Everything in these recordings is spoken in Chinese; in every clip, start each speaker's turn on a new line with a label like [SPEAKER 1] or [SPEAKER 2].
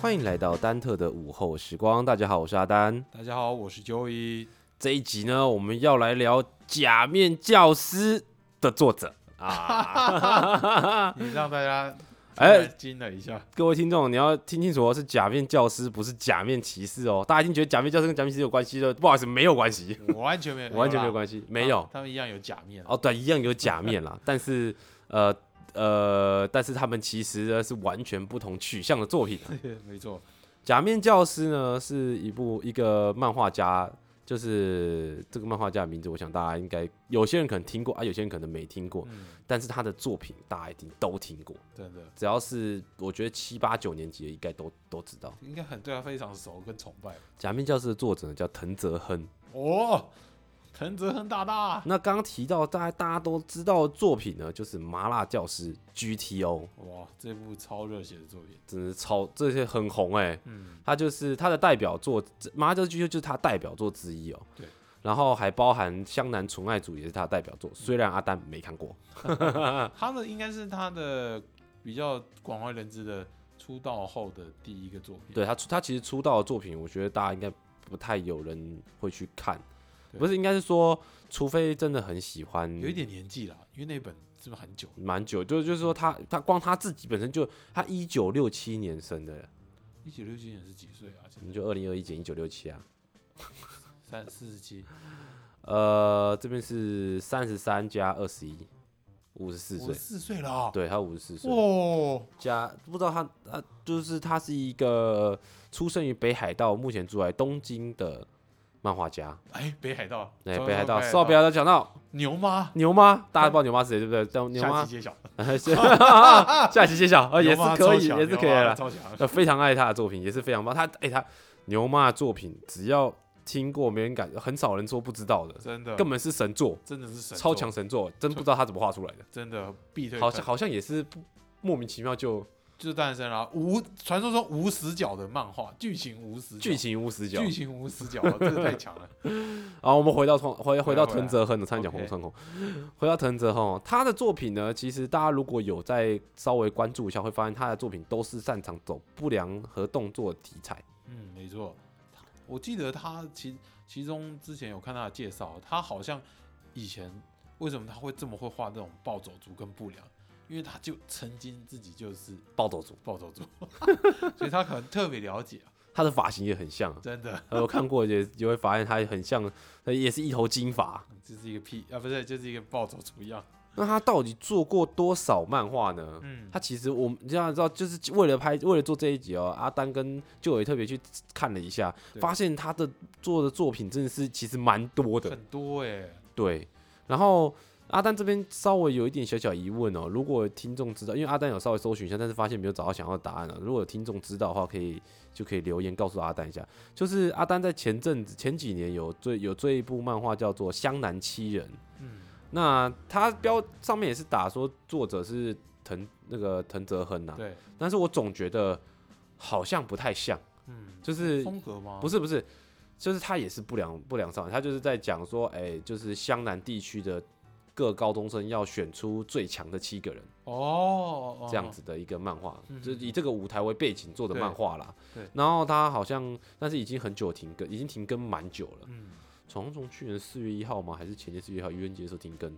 [SPEAKER 1] 欢迎来到丹特的午后时光。大家好，我是阿丹。
[SPEAKER 2] 大家好，我是 Joey。
[SPEAKER 1] 这一集呢，我们要来聊《假面教师》的作者啊。
[SPEAKER 2] 你让大家
[SPEAKER 1] 哎
[SPEAKER 2] 哎惊了一下，
[SPEAKER 1] 各位听众，你要听清楚哦，是《假面教师》，不是《假面骑士》哦。大家一定觉得《假面教师》跟《假面骑士》有关系的，不好意思，没有关系，
[SPEAKER 2] 我完 全没有，
[SPEAKER 1] 完全没有
[SPEAKER 2] 啦
[SPEAKER 1] 关系，没有
[SPEAKER 2] 他。他们一样有假面。
[SPEAKER 1] 哦，对，一样有假面啦，但是呃呃，但是他们其实呢是完全不同取向的作品。
[SPEAKER 2] 没错，
[SPEAKER 1] 《假面教师》呢，是一部一个漫画家，就是这个漫画家的名字，我想大家应该有些人可能听过啊，有些人可能没听过，
[SPEAKER 2] 嗯，
[SPEAKER 1] 但是他的作品大家一定都听过，
[SPEAKER 2] 真的
[SPEAKER 1] 只要是我觉得七八九年级的应该都都知道。
[SPEAKER 2] 应该很对他非常熟跟崇拜。
[SPEAKER 1] 《假面教师》的作者呢叫藤泽亨，
[SPEAKER 2] 哦，藤泽亨大大，
[SPEAKER 1] 那刚刚提到大家大家都知道的作品呢，就是《麻辣教师 GTO》，
[SPEAKER 2] 哇，这部超热血的作品。
[SPEAKER 1] 真的是超这些很红哎、
[SPEAKER 2] 嗯，
[SPEAKER 1] 他就是他的代表作，这《麻辣教师 GTO》就是他代表作之一哦、
[SPEAKER 2] 对。
[SPEAKER 1] 然后还包含《湘南纯爱组》也是他的代表
[SPEAKER 2] 嗯
[SPEAKER 1] 作，虽然阿丹没看过。啊
[SPEAKER 2] 他们应该是他的比较广为人知的出道后的第一个作品。
[SPEAKER 1] 对他出，他其实出道的作品，我觉得大家应该不太有人会去看，
[SPEAKER 2] 对
[SPEAKER 1] 不是？应该是说，除非真的很喜欢，
[SPEAKER 2] 有一点年纪啦，因为那本是不是很久？
[SPEAKER 1] 蛮久，就就是说他他光他自己本身就他一九六七年生的，
[SPEAKER 2] 一九六七年是几岁啊？现
[SPEAKER 1] 你
[SPEAKER 2] 在
[SPEAKER 1] 就二零二一减一九六七啊，
[SPEAKER 2] 三四十七，
[SPEAKER 1] 呃，这边是三十三加二十一，五十四
[SPEAKER 2] 我
[SPEAKER 1] 岁，
[SPEAKER 2] 四岁了啊。
[SPEAKER 1] 对他五十四岁。
[SPEAKER 2] 哇，
[SPEAKER 1] 加不知道他啊，就是他是一个出生于北海道，目前住在东京的漫画家。
[SPEAKER 2] 哎，北海道，
[SPEAKER 1] 对，
[SPEAKER 2] 说
[SPEAKER 1] 北海道，
[SPEAKER 2] 说
[SPEAKER 1] 说到北海道讲到
[SPEAKER 2] 牛吗？
[SPEAKER 1] 牛妈，大家不知道牛妈是谁，对不对？叫牛
[SPEAKER 2] 下
[SPEAKER 1] 妈
[SPEAKER 2] 期，揭晓，
[SPEAKER 1] 下期揭 晓，啊，也是
[SPEAKER 2] 牛妈
[SPEAKER 1] 可
[SPEAKER 2] 超
[SPEAKER 1] 以，
[SPEAKER 2] 强
[SPEAKER 1] 也是
[SPEAKER 2] 牛
[SPEAKER 1] 可以
[SPEAKER 2] 妈
[SPEAKER 1] 了。
[SPEAKER 2] 超强。
[SPEAKER 1] 呃，非常爱他的作品，也是非常棒。他哎，他牛妈的作品，只要听过，没人敢，很少人说不知道的，
[SPEAKER 2] 真的，
[SPEAKER 1] 根本是神作，
[SPEAKER 2] 真的是神
[SPEAKER 1] 超
[SPEAKER 2] 作
[SPEAKER 1] 强，神作，真不知道他怎么画出来的，
[SPEAKER 2] 真的必推。
[SPEAKER 1] 好像好像也是不莫名其妙就
[SPEAKER 2] 就是诞生了无传说中无死角的漫画，剧情无死角，
[SPEAKER 1] 剧情无死角，
[SPEAKER 2] 剧情 无死角，这个太强了。
[SPEAKER 1] 好，我们回到通回回到
[SPEAKER 2] 回来
[SPEAKER 1] 藤泽亨的，差点讲
[SPEAKER 2] OK
[SPEAKER 1] 红村红，回到藤泽亨哦，他的作品呢，其实大家如果有在稍微关注一下，会发现他的作品都是擅长走不良和动作题材。
[SPEAKER 2] 嗯，没错。我记得他其其中之前有看他的介绍，他好像以前为什么他会这么会画那种暴走族跟不良，因为他就曾经自己就是
[SPEAKER 1] 暴走族，
[SPEAKER 2] 暴走族， 所以他可能特别了解、啊，
[SPEAKER 1] 他的发型也很像，
[SPEAKER 2] 真的，
[SPEAKER 1] 呃我看过也也会发现他很像，呃也是一头金发。
[SPEAKER 2] 就是一个屁啊，不是，就是一个暴走族一样。
[SPEAKER 1] 那他到底做过多少漫画呢？
[SPEAKER 2] 嗯，
[SPEAKER 1] 他其实我们这样知道，就是为了拍，为了做这一集哦，阿丹跟舅也特别去看了一下，
[SPEAKER 2] 对
[SPEAKER 1] 发现他的做的作品真的是其实蛮多的，
[SPEAKER 2] 很多哎、
[SPEAKER 1] 对，然后阿丹这边稍微有一点小小疑问哦，如果听众知道，因为阿丹有稍微搜寻一下，但是发现没有找到想要的答案了、哦如果有听众知道的话，可以就可以留言告诉阿丹一下。就是阿丹在前阵子前几年有追有追一部漫画叫做《湘南七人》，
[SPEAKER 2] 嗯，
[SPEAKER 1] 那他标上面也是打说作者是藤那个藤泽亨呐、
[SPEAKER 2] 对，
[SPEAKER 1] 但是我总觉得好像不太像，
[SPEAKER 2] 嗯，
[SPEAKER 1] 就是
[SPEAKER 2] 风格吗？
[SPEAKER 1] 不
[SPEAKER 2] 是，
[SPEAKER 1] 是不是，就是他也是不良不良少年，他就是在讲说，哎、就是湘南地区的各高中生要选出最强的七个人
[SPEAKER 2] 哦，哦
[SPEAKER 1] 这样，子的一个漫画，
[SPEAKER 2] 嗯
[SPEAKER 1] 就是以这个舞台为背景做的漫画啦。
[SPEAKER 2] 对对
[SPEAKER 1] 然后他好像，但是已经很久停更，已经停更蛮久了。
[SPEAKER 2] 嗯，
[SPEAKER 1] 从从去年四月一号吗？还是前年四月一号愚人节的时候停更，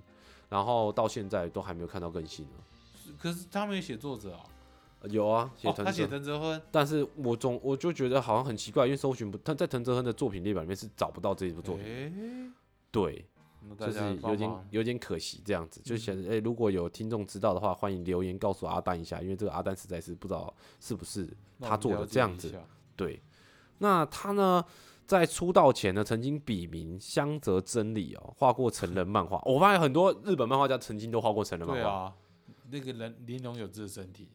[SPEAKER 1] 然后到现在都还没有看到更新呢。
[SPEAKER 2] 是可是他没有写作者啊，
[SPEAKER 1] 呃有啊，写
[SPEAKER 2] 哦，
[SPEAKER 1] 藤
[SPEAKER 2] 他
[SPEAKER 1] 泽
[SPEAKER 2] 写藤泽亨，
[SPEAKER 1] 但是我总我就觉得好像很奇怪，因为搜寻不，他在藤泽亨的作品列表里面是找不到这一部作品。
[SPEAKER 2] 诶
[SPEAKER 1] 对，
[SPEAKER 2] 那大
[SPEAKER 1] 就是
[SPEAKER 2] 家
[SPEAKER 1] 有
[SPEAKER 2] 帮
[SPEAKER 1] 点
[SPEAKER 2] 忙，嗯
[SPEAKER 1] 有点可惜这样子，就想哎、如果有听众知道的话，欢迎留言告诉阿丹一下，因为这个阿丹实在是不知道是不是
[SPEAKER 2] 那
[SPEAKER 1] 他
[SPEAKER 2] 我们
[SPEAKER 1] 做
[SPEAKER 2] 了
[SPEAKER 1] 的
[SPEAKER 2] 解
[SPEAKER 1] 这样
[SPEAKER 2] 一
[SPEAKER 1] 子
[SPEAKER 2] 下，
[SPEAKER 1] 对。那他呢，在出道前呢，曾经笔名香泽真理哦，画过成人 漫画。我发现很多日本漫画家曾经都画过成人漫
[SPEAKER 2] 对
[SPEAKER 1] 画，
[SPEAKER 2] 啊，那个人玲珑有致的身体，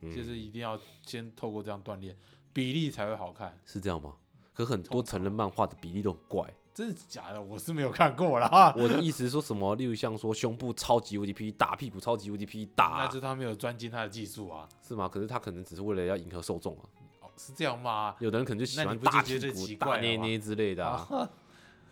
[SPEAKER 1] 嗯
[SPEAKER 2] 就是一定要先透过这样锻炼，比例才会好看。
[SPEAKER 1] 是这样吗？可很多成人漫画的比例都很 怪。
[SPEAKER 2] 真的假的？我是没有看过啦，
[SPEAKER 1] 我的意思是说什么，例如像说胸部超级无敌劈大，屁股超级无敌劈大
[SPEAKER 2] 那
[SPEAKER 1] 啊，
[SPEAKER 2] 就是他没有专精他的技术啊。
[SPEAKER 1] 是吗？可是他可能只是为了要迎合受众啊。
[SPEAKER 2] 哦，是这样吗？
[SPEAKER 1] 有的人可能就喜
[SPEAKER 2] 那
[SPEAKER 1] 欢
[SPEAKER 2] 你不就
[SPEAKER 1] 大
[SPEAKER 2] 觉
[SPEAKER 1] 屁
[SPEAKER 2] 得
[SPEAKER 1] 股、
[SPEAKER 2] 奇怪
[SPEAKER 1] 大
[SPEAKER 2] 了
[SPEAKER 1] 捏
[SPEAKER 2] 吗
[SPEAKER 1] 捏之类 的、啊，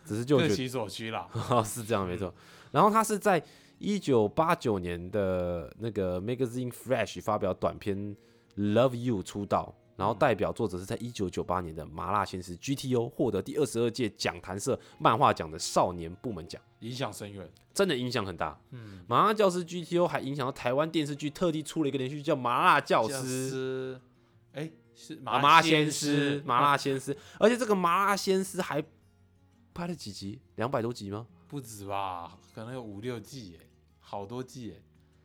[SPEAKER 1] 只是就觉
[SPEAKER 2] 各 取所需啦。
[SPEAKER 1] 得是这样没错。然后他是在一九八九
[SPEAKER 2] 嗯
[SPEAKER 1] 年的那个 Magazine Flash 发表短篇《Love You》出道，然后代表作者是在一九九八年的《麻辣鲜师 GTO》获得第二十二届讲坛社漫画奖的少年部门奖，
[SPEAKER 2] 影响深远。
[SPEAKER 1] 真的影响很大。
[SPEAKER 2] 嗯，
[SPEAKER 1] 麻辣教师 GTO 还影响到台湾电视剧，特地出了一个连续剧叫《麻辣教
[SPEAKER 2] 教
[SPEAKER 1] 师》。
[SPEAKER 2] 师，哎，是
[SPEAKER 1] 麻
[SPEAKER 2] 辣
[SPEAKER 1] 辣鲜师，啊麻辣鲜师，而且这个麻辣鲜师还拍了几集，两百多集吗？
[SPEAKER 2] 不止吧？可能有五六季耶，好多季耶，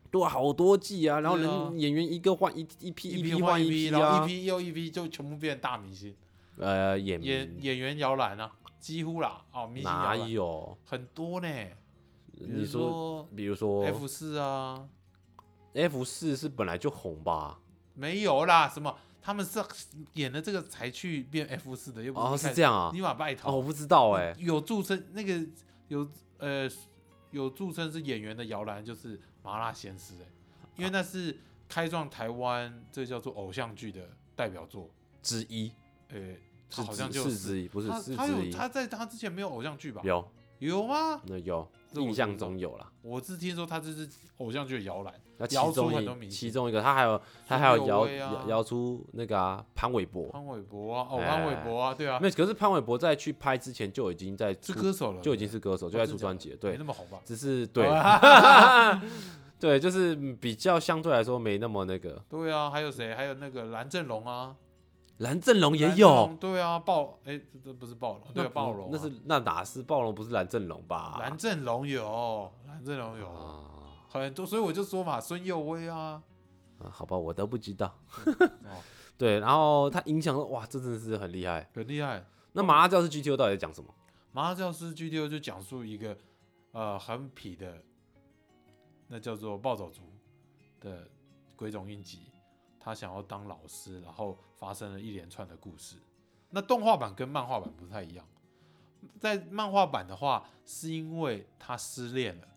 [SPEAKER 1] 对、啊，好多季啊，然后
[SPEAKER 2] 对
[SPEAKER 1] 人、
[SPEAKER 2] 啊
[SPEAKER 1] 演员一个换一一批
[SPEAKER 2] 一
[SPEAKER 1] 批
[SPEAKER 2] 换
[SPEAKER 1] 换
[SPEAKER 2] 批，
[SPEAKER 1] 批
[SPEAKER 2] 然后
[SPEAKER 1] 啊
[SPEAKER 2] 一，批又一批，就全部变大明星，
[SPEAKER 1] 呃，演
[SPEAKER 2] 演演员摇篮啊，几乎啦，哦，明星摇
[SPEAKER 1] 哪
[SPEAKER 2] 篮
[SPEAKER 1] 有？
[SPEAKER 2] 很多呢，比
[SPEAKER 1] 你
[SPEAKER 2] 如
[SPEAKER 1] 说，
[SPEAKER 2] 说
[SPEAKER 1] 比如说
[SPEAKER 2] F 四啊，
[SPEAKER 1] F 四是本来就红吧？
[SPEAKER 2] 没有啦，什么他们是演了这个才去变 F 四的，又不
[SPEAKER 1] 哦，
[SPEAKER 2] 是
[SPEAKER 1] 是
[SPEAKER 2] 一
[SPEAKER 1] 这样啊
[SPEAKER 2] 开始，，尼玛拜
[SPEAKER 1] 哦，我
[SPEAKER 2] 托，
[SPEAKER 1] 不知道哎、
[SPEAKER 2] 有著称那个有呃有著称是演员的摇篮就是麻辣鲜师哎，因为那是开创台湾这叫做偶像剧的代表作，
[SPEAKER 1] 之一
[SPEAKER 2] 呃，
[SPEAKER 1] 是
[SPEAKER 2] 他好像
[SPEAKER 1] 之
[SPEAKER 2] 就是
[SPEAKER 1] 之一，不是
[SPEAKER 2] 他
[SPEAKER 1] 是
[SPEAKER 2] 他
[SPEAKER 1] 之
[SPEAKER 2] 有
[SPEAKER 1] 一，
[SPEAKER 2] 他在他之前没有偶像剧吧？
[SPEAKER 1] 有
[SPEAKER 2] 有吗？
[SPEAKER 1] 那有
[SPEAKER 2] 这
[SPEAKER 1] 印
[SPEAKER 2] 我就不
[SPEAKER 1] 象
[SPEAKER 2] 知道
[SPEAKER 1] 中有啦。
[SPEAKER 2] 我是听说他这是偶像剧的摇篮，
[SPEAKER 1] 那其
[SPEAKER 2] 摇出很多
[SPEAKER 1] 中一
[SPEAKER 2] 明
[SPEAKER 1] 其
[SPEAKER 2] 星
[SPEAKER 1] 中一个，他还有他还有
[SPEAKER 2] 苏有
[SPEAKER 1] 摇
[SPEAKER 2] 威啊
[SPEAKER 1] 摇摇出那个啊潘玮柏，
[SPEAKER 2] 潘玮柏啊，哦
[SPEAKER 1] 哎
[SPEAKER 2] 潘玮柏啊，对啊，
[SPEAKER 1] 没有，可是潘玮柏在去拍之前就已经在出
[SPEAKER 2] 是歌手了，
[SPEAKER 1] 就已经是歌手，
[SPEAKER 2] 哦
[SPEAKER 1] 就在出
[SPEAKER 2] 真的假的哦
[SPEAKER 1] 专辑了，对
[SPEAKER 2] 没，那么红吧？啊
[SPEAKER 1] 只是对， 对，就是比较相对来说没那么那个。
[SPEAKER 2] 对啊，还有谁？还有那个蓝正龙啊，
[SPEAKER 1] 蓝正龙也
[SPEAKER 2] 蓝正
[SPEAKER 1] 有
[SPEAKER 2] 龙，，对啊，暴哎，这这不是暴龙，对
[SPEAKER 1] 那
[SPEAKER 2] 啊，
[SPEAKER 1] 不
[SPEAKER 2] 暴龙啊，
[SPEAKER 1] 那是那哪是暴龙，不是蓝正龙吧？
[SPEAKER 2] 蓝哦正龙有，蓝正龙有
[SPEAKER 1] 啊，
[SPEAKER 2] 很多，所以我就说嘛，孙佑威啊，
[SPEAKER 1] 啊好吧，我都不知道。
[SPEAKER 2] 哦，
[SPEAKER 1] 对，然后他影响了哇，这真的是很厉害。
[SPEAKER 2] 很厉害。
[SPEAKER 1] 那麻辣
[SPEAKER 2] 哦
[SPEAKER 1] 教师 GTO 到底在讲什么？
[SPEAKER 2] 麻辣教师 GTO 就讲述一个呃很痞的，那叫做暴走族的鬼冢英吉，他想要当老师，然后发生了一连串的故事。那动画版跟漫画版不太一样，在漫画版的话，是因为他失恋了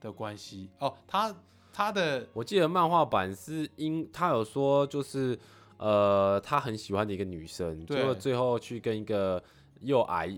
[SPEAKER 2] 的关系哦，他他的
[SPEAKER 1] 我记得漫画版是因他有说就是呃他很喜欢的一个女生，
[SPEAKER 2] 对
[SPEAKER 1] 结果最后去跟一个又矮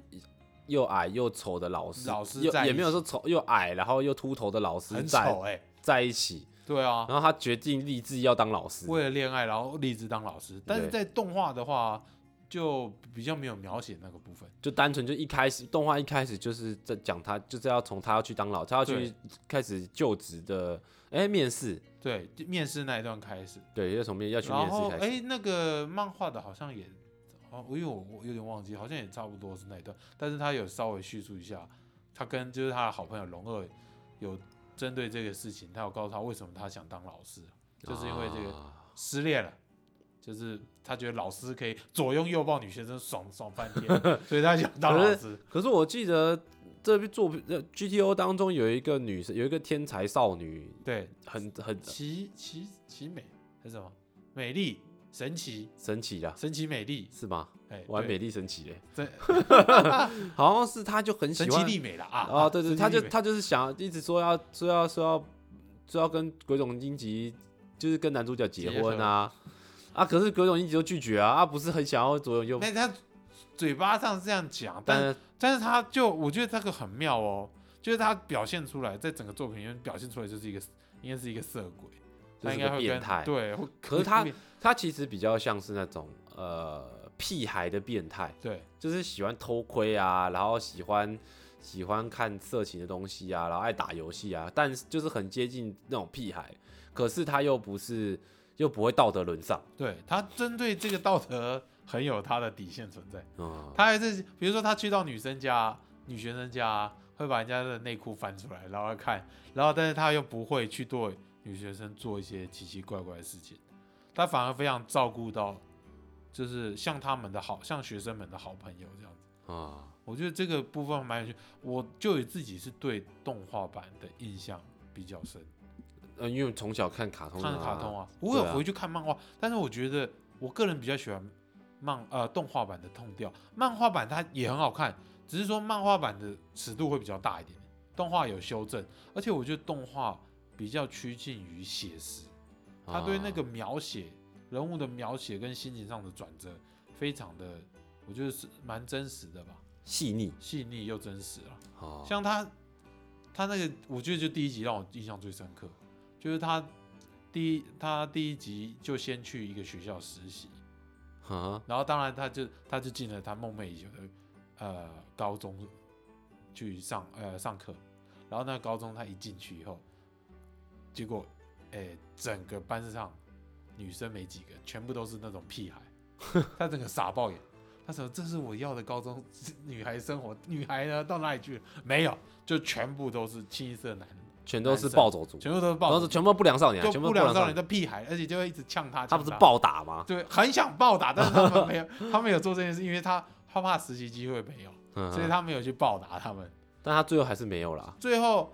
[SPEAKER 1] 又矮又丑的老师，
[SPEAKER 2] 老师
[SPEAKER 1] 又
[SPEAKER 2] 在一
[SPEAKER 1] 也没有
[SPEAKER 2] 起
[SPEAKER 1] 说丑又矮，然后又秃头的老师
[SPEAKER 2] 很
[SPEAKER 1] 在
[SPEAKER 2] 丑哎、
[SPEAKER 1] 在一起，
[SPEAKER 2] 对啊，
[SPEAKER 1] 然后他决定立志要当老师。
[SPEAKER 2] 为了恋爱，然后立志当老师。但是
[SPEAKER 1] 对
[SPEAKER 2] 在动画的话，就比较没有描写那个部分。
[SPEAKER 1] 就单纯就一开始动画一开始就是在讲他就是要从他要去当老，他要去
[SPEAKER 2] 对
[SPEAKER 1] 开始就职的，哎、面试，
[SPEAKER 2] 对，面试那一段开始，
[SPEAKER 1] 对，要从面要去面
[SPEAKER 2] 然后
[SPEAKER 1] 试开始，
[SPEAKER 2] 哎，那个漫画的好像也，哦，因为我我有点忘记，好像也差不多是那一段，但是他有稍微叙述一下，他跟就是他的好朋友龙二有针对这个事情，他有告诉他为什么他想当老
[SPEAKER 1] 哦
[SPEAKER 2] 师，就是因为这个
[SPEAKER 1] 啊
[SPEAKER 2] 失恋了。就是他觉得老师可以左拥右抱女学生爽爽半 天，所以他想当老师。
[SPEAKER 1] 可是我记得这部作品呃 GTO 当中有一个女生，有一个天才少女，
[SPEAKER 2] 对，
[SPEAKER 1] 很很
[SPEAKER 2] 奇奇奇美还是什么？美丽、神奇、
[SPEAKER 1] 神奇啦，
[SPEAKER 2] 神奇美丽，
[SPEAKER 1] 是吗？
[SPEAKER 2] 哎，
[SPEAKER 1] 我还
[SPEAKER 2] 对
[SPEAKER 1] 美丽神奇嘞，
[SPEAKER 2] 对，
[SPEAKER 1] 好像是她就很喜
[SPEAKER 2] 嗯神奇
[SPEAKER 1] 欢
[SPEAKER 2] 丽美了啊！
[SPEAKER 1] 哦，对对，
[SPEAKER 2] 神奇
[SPEAKER 1] 她就
[SPEAKER 2] 丽美
[SPEAKER 1] 她就是想一直说要说要说要说要跟鬼冢英吉，就是跟男主角结
[SPEAKER 2] 结
[SPEAKER 1] 婚
[SPEAKER 2] 合
[SPEAKER 1] 啊啊！可是鬼冢英吉就拒绝啊，啊不是很想要左右右，
[SPEAKER 2] 那他嘴巴上这样讲，但
[SPEAKER 1] 但
[SPEAKER 2] 但是他就我觉得这个很妙哦，就是他表现出来，在整个作品里面表现出来就是一个应该是一个色鬼，
[SPEAKER 1] 就
[SPEAKER 2] 他
[SPEAKER 1] 是
[SPEAKER 2] 应
[SPEAKER 1] 个
[SPEAKER 2] 该会
[SPEAKER 1] 变
[SPEAKER 2] 跟
[SPEAKER 1] 态。
[SPEAKER 2] 对，会
[SPEAKER 1] 可是他她其实比较像是那种呃屁孩的变态。
[SPEAKER 2] 对
[SPEAKER 1] 就是喜欢偷窥啊，然后喜欢喜欢看色情的东西啊，然后爱打游戏啊，但是就是很接近那种屁孩，可是他又不是又不会道德沦丧，
[SPEAKER 2] 对，他针对这个道德很有他的底线存在。
[SPEAKER 1] 嗯，
[SPEAKER 2] 他还是比如说他去到女生家、女学生家，会把人家的内裤翻出来，然后看，然后但是他又不会去对女学生做一些奇奇怪怪的事情，他反而非常照顾到，就是像他们的好，像学生们的好朋友这样子。
[SPEAKER 1] 啊、
[SPEAKER 2] 我觉得这个部分蛮有趣，我就以自己是对动画版的印象比较深，
[SPEAKER 1] 呃，因为从小看卡通、啊，
[SPEAKER 2] 看卡通
[SPEAKER 1] 啊，
[SPEAKER 2] 啊，我有
[SPEAKER 1] 对啊
[SPEAKER 2] 回去看漫画，但是我觉得我个人比较喜欢漫呃动画版的痛调，漫画版它也很好看，只是说漫画版的尺度会比较大一点，动画有修正，而且我觉得动画比较趋近于写实，
[SPEAKER 1] 啊
[SPEAKER 2] 他对那个描写人物的描写跟心情上的转折非常的，我觉得是蛮真实的吧，
[SPEAKER 1] 细腻
[SPEAKER 2] 细腻又真实啊。
[SPEAKER 1] 啊，
[SPEAKER 2] 像他，他那个，我觉得就第一集让我印象最深刻，就是他第一他第一集就先去一个学校实习，
[SPEAKER 1] 啊，
[SPEAKER 2] 然后当然他就他就进了他梦寐以求的呃高中去上呃上课，然后那个高中他一进去以后，结果哎、整个班上女生没几个，全部都是那种 屁孩，他整个傻爆眼。他说：“这是我要的高中女孩生活，女孩呢到哪里去了？没有，就全部都是清一色男，
[SPEAKER 1] 全都是暴走族，
[SPEAKER 2] 全部都是
[SPEAKER 1] 然
[SPEAKER 2] 暴
[SPEAKER 1] 后
[SPEAKER 2] 走
[SPEAKER 1] 是，全部不良少年啊，
[SPEAKER 2] 就
[SPEAKER 1] 全部
[SPEAKER 2] 不
[SPEAKER 1] 良
[SPEAKER 2] 良少
[SPEAKER 1] 年
[SPEAKER 2] 年，的屁孩，而且就会一直呛
[SPEAKER 1] 他
[SPEAKER 2] 他。呛
[SPEAKER 1] 不是暴打吗？
[SPEAKER 2] 对，很想暴打，但是他们没 有，他们有做这件事，因为他他怕实习机会没有，
[SPEAKER 1] 嗯
[SPEAKER 2] 所以
[SPEAKER 1] 哼，
[SPEAKER 2] 他没有去暴打他们。
[SPEAKER 1] 但他最后还是没有啦，
[SPEAKER 2] 最后，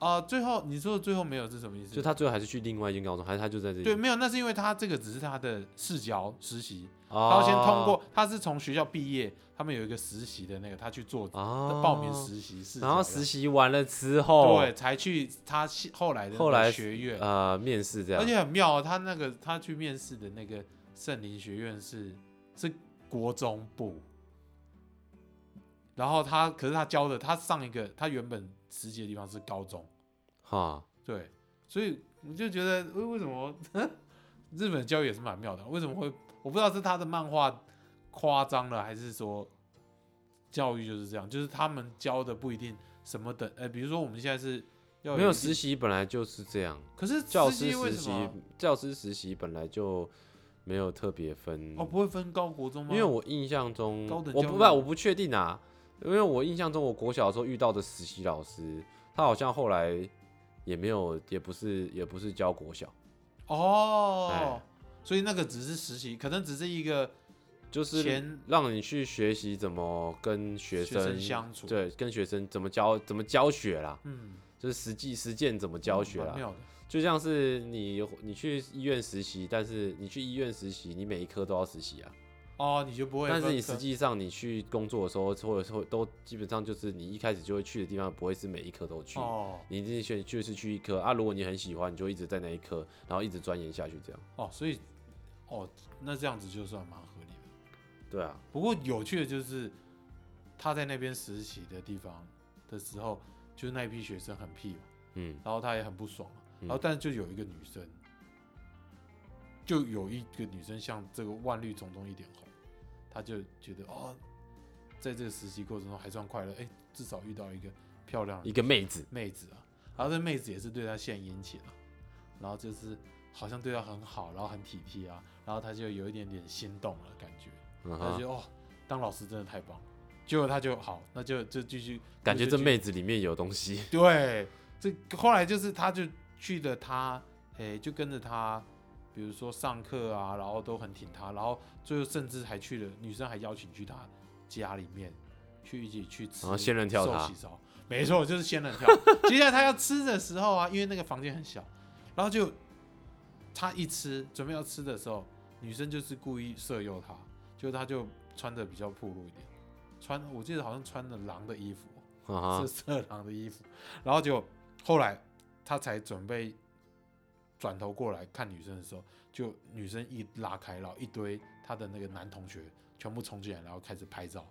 [SPEAKER 2] 啊、最后你说的最后没有是什么意思？
[SPEAKER 1] 就他最后还是去另外一间高中，还是他就在这里，
[SPEAKER 2] 对，，没有，那是因为他这个只是他的市郊实习，他
[SPEAKER 1] 他
[SPEAKER 2] 要先通过，他是从学校毕业，他们有一个实习的那个，他去做
[SPEAKER 1] 啊，
[SPEAKER 2] 报名实习市郊的，
[SPEAKER 1] 然后实习完了之后，
[SPEAKER 2] 对，才去他系后来的那
[SPEAKER 1] 后
[SPEAKER 2] 个
[SPEAKER 1] 来
[SPEAKER 2] 学院，
[SPEAKER 1] 呃，面试这样
[SPEAKER 2] 而，且很妙、哦，他那个他去面试的那个圣林学院是是国中部，然后他可是他教的，他上一个他原本实习的地方是高中，
[SPEAKER 1] 哈，
[SPEAKER 2] 对，所以我就觉得为为什么 日本教育也是蛮妙的，啊为什么会我不知道是他的漫画夸张了，还是说教育就是这样，就是他们教的不一定什么等，呃，比如说我们现在是要
[SPEAKER 1] 没有
[SPEAKER 2] 一定
[SPEAKER 1] 实，习本来就是这样，
[SPEAKER 2] 可是
[SPEAKER 1] 教
[SPEAKER 2] 实
[SPEAKER 1] 师
[SPEAKER 2] 习为
[SPEAKER 1] 实
[SPEAKER 2] 什
[SPEAKER 1] 习
[SPEAKER 2] 么？啊
[SPEAKER 1] 教师实习本来就没有特别分
[SPEAKER 2] 哦，不会分高国中吗？
[SPEAKER 1] 嗯因为我印象中
[SPEAKER 2] 高等，
[SPEAKER 1] 我
[SPEAKER 2] 教
[SPEAKER 1] 不
[SPEAKER 2] 育
[SPEAKER 1] 不我不确定啊，因为我印象中我国小的时候遇到的实习老师，他好像后来也没有，也不是也不是教国小，
[SPEAKER 2] 哦
[SPEAKER 1] 哎，
[SPEAKER 2] 所以那个只是实习，可能只是一个
[SPEAKER 1] 就是
[SPEAKER 2] 前
[SPEAKER 1] 让你去学习怎么跟学
[SPEAKER 2] 学
[SPEAKER 1] 生
[SPEAKER 2] 生相处
[SPEAKER 1] 对，跟学生怎么教怎么教学啦，
[SPEAKER 2] 嗯
[SPEAKER 1] 就是实际实践怎么教学啊
[SPEAKER 2] 蛮
[SPEAKER 1] 啦，
[SPEAKER 2] 妙的，
[SPEAKER 1] 就像是你你去医院实习，但是你去医院实习，你每一科都要实习啊，
[SPEAKER 2] 哦，你就不会分
[SPEAKER 1] 但
[SPEAKER 2] 科，
[SPEAKER 1] 是你实际上你去工作的时候，或者说都基本上就是你一开始就会去的地方，不会是每一科都去。
[SPEAKER 2] 哦
[SPEAKER 1] 你一定选就是去一科啊，如果你很喜欢，你就一直在那一科，然后一直钻研下去，这样。
[SPEAKER 2] 哦，所以哦，那这样子就算蛮合理的。
[SPEAKER 1] 对啊，
[SPEAKER 2] 不过有趣的就是他在那边实习的地方的时候，就是那一批学生很屁嘛，
[SPEAKER 1] 嗯，
[SPEAKER 2] 然后他也很不爽嘛，
[SPEAKER 1] 嗯
[SPEAKER 2] 然后但是就有一个女生，就有一个女生像这个万绿丛中一点红，她就觉得哦，在这个实习过程中还算快乐，哎，至少遇到一个漂亮
[SPEAKER 1] 一个
[SPEAKER 2] 的
[SPEAKER 1] 妹子，
[SPEAKER 2] 妹子啊，然后这妹子也是对她献殷勤啊，然后就是好像对她很好，然后很体贴啊，然后她就有一点点心动了感觉，
[SPEAKER 1] 嗯
[SPEAKER 2] 她就
[SPEAKER 1] 哼
[SPEAKER 2] 觉，得哦，当老师真的太棒了，结果她就好，那就就继续
[SPEAKER 1] 感觉
[SPEAKER 2] 就
[SPEAKER 1] 这妹子里面有东西。
[SPEAKER 2] 对，这后来就是他就去了他，诶、就跟着他，比如说上课啊，然后都很挺他，然后最后甚至还去了，女生还邀请去他家里面去一起去吃，
[SPEAKER 1] 然后仙人跳他
[SPEAKER 2] 寿喜烧，没错，就是仙人跳。接下来他要吃的时候啊，因为那个房间很小，然后就他一吃准备要吃的时候，女生就是故意色诱他，就他就穿的比较暴露一点，穿我记得好像穿了狼的衣服。
[SPEAKER 1] 嗯哼
[SPEAKER 2] 是，色狼的衣服，然后就后来他才准备转头过来看女生的时候，就女生一拉开，然后一堆他的那个男同学全部冲进来，然后开始拍照，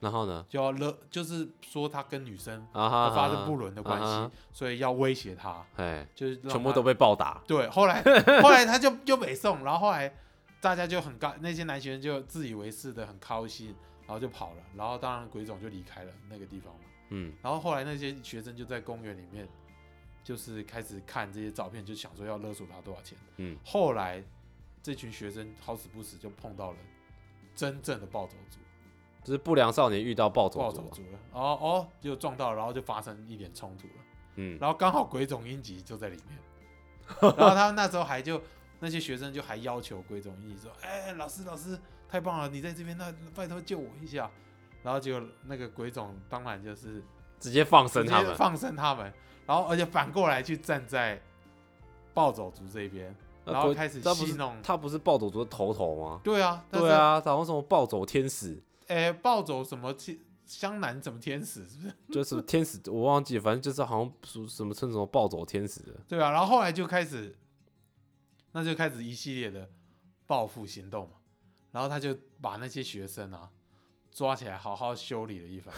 [SPEAKER 1] 然后呢？
[SPEAKER 2] 就要勒，就是说他跟女生
[SPEAKER 1] 啊哈，
[SPEAKER 2] 发生不伦的关
[SPEAKER 1] 啊
[SPEAKER 2] 系，所以要威胁他，
[SPEAKER 1] 哈，哎，
[SPEAKER 2] 就是让
[SPEAKER 1] 全部
[SPEAKER 2] 他
[SPEAKER 1] 都被暴打。
[SPEAKER 2] 对，后来后来他就又北宋，然后后来大家就很高，那些男学生就自以为是的很高兴，然后就跑了，然后当然鬼总就离开了那个地方嘛。
[SPEAKER 1] 嗯，
[SPEAKER 2] 然后后来那些学生就在公园里面，就是开始看这些照片，就想说要勒索他多少钱。
[SPEAKER 1] 嗯，
[SPEAKER 2] 后来这群学生好死不死就碰到了真正的暴走族，
[SPEAKER 1] 就是不良少年遇到暴走
[SPEAKER 2] 暴
[SPEAKER 1] 族
[SPEAKER 2] 走
[SPEAKER 1] 啊。
[SPEAKER 2] 族了。哦哦，就撞到了，然后就发生一点冲突了。
[SPEAKER 1] 嗯，
[SPEAKER 2] 然后刚好鬼冢英吉就在里面，然后他那时候还就那些学生就还要求鬼冢英吉说：“哎、老师老师，太棒了，你在这边，那拜托救我一下。”然后结果那个鬼冢当然就是
[SPEAKER 1] 直接放
[SPEAKER 2] 直
[SPEAKER 1] 生
[SPEAKER 2] 接
[SPEAKER 1] 他们。啊
[SPEAKER 2] 放生他们，然后而且反过来去站在暴走族这边，
[SPEAKER 1] 那
[SPEAKER 2] 然后
[SPEAKER 1] 国
[SPEAKER 2] 开始
[SPEAKER 1] 他不
[SPEAKER 2] 戏
[SPEAKER 1] 是
[SPEAKER 2] 弄
[SPEAKER 1] 他不是暴走族的头头吗？
[SPEAKER 2] 对啊，但是
[SPEAKER 1] 对，啊，然后什么暴走天 使，
[SPEAKER 2] 哎，暴走什么天湘南什么天使是不 是？
[SPEAKER 1] 就是天使，我忘记了，反正就是好像属什么称什么暴走天使的。
[SPEAKER 2] 对啊，然后后来就开始，那就开始一系列的报复行动嘛，然后他就把那些学生啊抓起来，好好修理了 一番，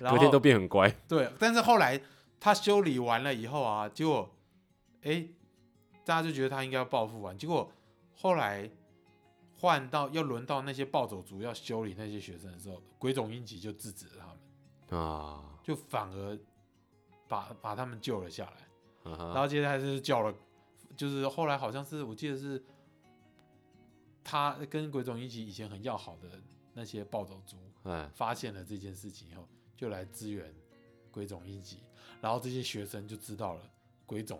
[SPEAKER 2] 然
[SPEAKER 1] 隔天都
[SPEAKER 2] 后
[SPEAKER 1] 变很乖。
[SPEAKER 2] 对，但是后来他修理完了以后啊，结果哎，大家就觉得他应该要报复完，结果后来换到要轮到那些暴走族要修理那些学生的时候，鬼冢英吉就制止了他们，
[SPEAKER 1] 啊，
[SPEAKER 2] 就反而把把他们救了下来。
[SPEAKER 1] 嗯
[SPEAKER 2] 然
[SPEAKER 1] 哼
[SPEAKER 2] 后接着还是叫了，就是后来好像是我记得是他跟鬼冢一起以前很要好的那些暴走族
[SPEAKER 1] 哎，
[SPEAKER 2] 发现了这件事情以后，就来支援鬼冢一起，然后这些学生就知道了鬼冢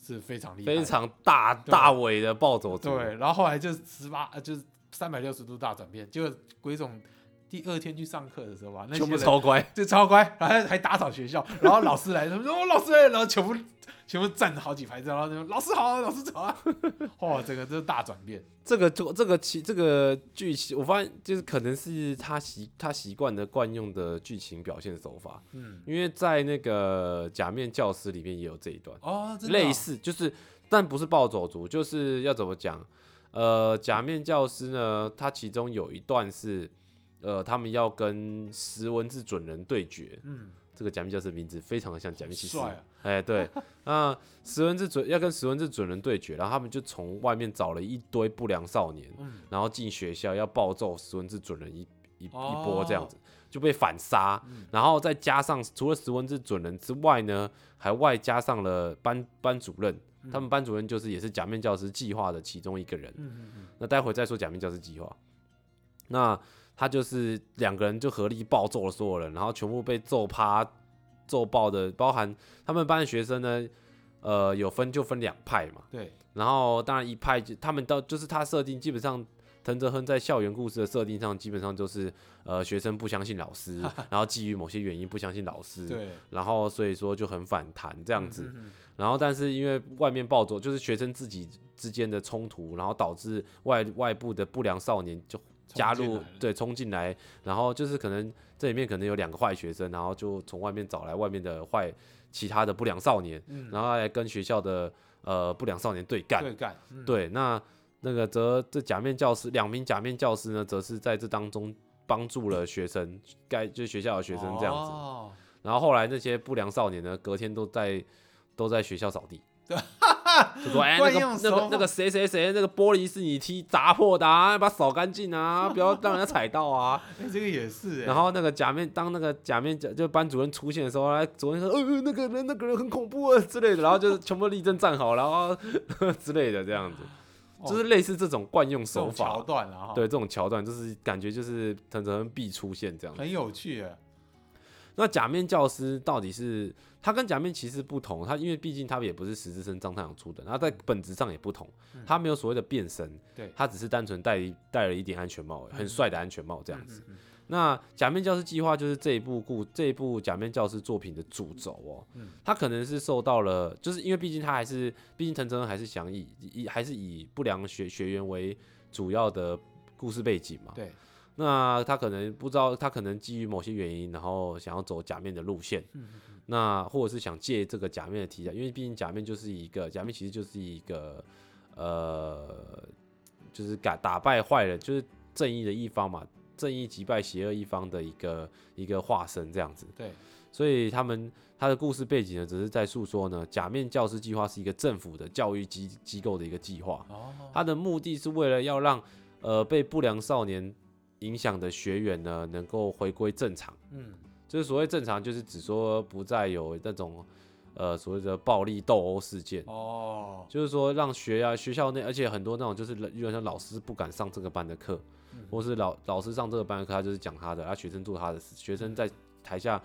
[SPEAKER 2] 是非常厉害的，
[SPEAKER 1] 非常大
[SPEAKER 2] 对啊
[SPEAKER 1] 大尾的暴走族，
[SPEAKER 2] 对，然后后来就十八呃就是三百六十度大转变，结果鬼冢第二天去上课的时候吧，那些
[SPEAKER 1] 全部
[SPEAKER 2] 人
[SPEAKER 1] 超乖，
[SPEAKER 2] 就超乖，然后还打扫学校，然后老师来，他们说哦老师来了，然后全部全部站好几排，然后就说老师好， 老师早啊，哇，这个真是大转变，
[SPEAKER 1] 这个就这个其这个剧情，我发现就是可能是他习他习惯的惯用的剧情表现手法，
[SPEAKER 2] 嗯，
[SPEAKER 1] 因为在那个假面教师里面也有这一段，
[SPEAKER 2] 哦，真的啊
[SPEAKER 1] 类，似就是但不是暴走族，就是要怎么讲？呃，假面教师呢，他其中有一段是呃，他们要跟石文字准人对决，
[SPEAKER 2] 嗯，
[SPEAKER 1] 这个假面教师的名字非常的像假面骑士，
[SPEAKER 2] 帅啊，
[SPEAKER 1] 哎，对， 那石文字准要跟石文字准人对决，然后他们就从外面找了一堆不良少年，
[SPEAKER 2] 嗯，
[SPEAKER 1] 然后进学校要暴揍石文字准人一一、
[SPEAKER 2] 哦
[SPEAKER 1] 一波这样子，就被反杀，
[SPEAKER 2] 嗯
[SPEAKER 1] 然后再加上除了石文字准人之外呢，还外加上了班班主任，
[SPEAKER 2] 嗯
[SPEAKER 1] 他们班主任就是也是假面教师计划的其中一个人，
[SPEAKER 2] 嗯嗯嗯，
[SPEAKER 1] 那待会再说假面教师计划。那他就是两个人就合力暴揍了所有人，然后全部被揍趴、揍爆的，包含他们班的学生呢，呃，有分就分两派嘛。
[SPEAKER 2] 对，
[SPEAKER 1] 然后当然一派就他们到就是他设定基本上。藤泽亨在校园故事的设定上，基本上就是，呃，学生不相信老师，然后基于某些原因不相信老师，
[SPEAKER 2] 对，
[SPEAKER 1] 然后所以说就很反弹这
[SPEAKER 2] 这
[SPEAKER 1] 样子。，然后，但是因为外面暴走，就是学生自己之间的冲突，然后导致外外部的不良少年就加入，
[SPEAKER 2] 对，
[SPEAKER 1] 对，冲进来，然后就是可能这里面可能有两个坏学生，然后就从外面找来外面的坏其他的不良少年，
[SPEAKER 2] 嗯
[SPEAKER 1] 然后来跟学校的呃不良少年对干。
[SPEAKER 2] 对干，嗯，
[SPEAKER 1] 对，那那个则这假面教师两名假面教师呢，则是在这当中帮助了学生，该就是学校的学生这样子。
[SPEAKER 2] 哦
[SPEAKER 1] 然后后来那些不良少年呢，隔天都在都在学校扫地，就说哎、
[SPEAKER 2] 惯
[SPEAKER 1] 那个
[SPEAKER 2] 用
[SPEAKER 1] 那
[SPEAKER 2] 手
[SPEAKER 1] 个
[SPEAKER 2] 法
[SPEAKER 1] 那个谁谁谁，那个玻璃是你踢砸破的、啊，把它扫干净啊，不要让人家踩到 啊。
[SPEAKER 2] 哎这个也是欸，
[SPEAKER 1] 然后那个假面，当那个假面假就班主任出现的时候，他主任说，呃，呃那个人那个人很恐怖啊之类的，然后就是全部立正站好，然后 之类的这样子，
[SPEAKER 2] 哦
[SPEAKER 1] 就是类似这种惯用
[SPEAKER 2] 这
[SPEAKER 1] 手
[SPEAKER 2] 种桥
[SPEAKER 1] 法。
[SPEAKER 2] 段啊，哈
[SPEAKER 1] 对，这种桥段，就是感觉就是藤泽恩必出现这样子。
[SPEAKER 2] 很有趣欸，
[SPEAKER 1] 那假面教师到底是他跟假面骑士不同？他因为毕竟他也不是实质生张太阳出的，他在本质上也不同
[SPEAKER 2] 嗯，
[SPEAKER 1] 他没有所谓的变身，
[SPEAKER 2] 对
[SPEAKER 1] 他只是单纯戴一戴了一顶安全帽，
[SPEAKER 2] 嗯
[SPEAKER 1] 很帅的安全帽这样
[SPEAKER 2] 嗯
[SPEAKER 1] 子。，
[SPEAKER 2] 嗯
[SPEAKER 1] 那假面教师计划就是这一部故这一部假面教师作品的主轴哦
[SPEAKER 2] 嗯，
[SPEAKER 1] 他可能是受到了，就是因为毕竟他还是，毕竟藤真还是想以以还是以不良学学员为主要的故事背景嘛
[SPEAKER 2] 嗯，对，
[SPEAKER 1] 那他可能不知道，他可能基于某些原因，然后想要走假面的路线，
[SPEAKER 2] 嗯嗯
[SPEAKER 1] 那或者是想借这个假面的题材，因为毕竟假面就是一个假面，其实就是一个呃，就是打打败坏人，就是正义的一方嘛，正义击败邪恶一方的一个一个化身这样子。
[SPEAKER 2] 对，
[SPEAKER 1] 所以他们他的故事背景呢，只是在诉说呢，假面教师计划是一个政府的教育机机构的一个计划，
[SPEAKER 2] 哦，
[SPEAKER 1] 他的目的是为了要让呃被不良少年影响的学员呢，能够回归正常。
[SPEAKER 2] 嗯，
[SPEAKER 1] 就是所谓正常，就是指说不再有那种呃所谓的暴力斗殴事件。
[SPEAKER 2] 哦，
[SPEAKER 1] 就是说，让学啊学校内，而且很多那种就是有点像老师不敢上这个班的课，
[SPEAKER 2] 嗯
[SPEAKER 1] 或是老老师上这个班的课，他就是讲他的，啊学生做他的事，学生在台下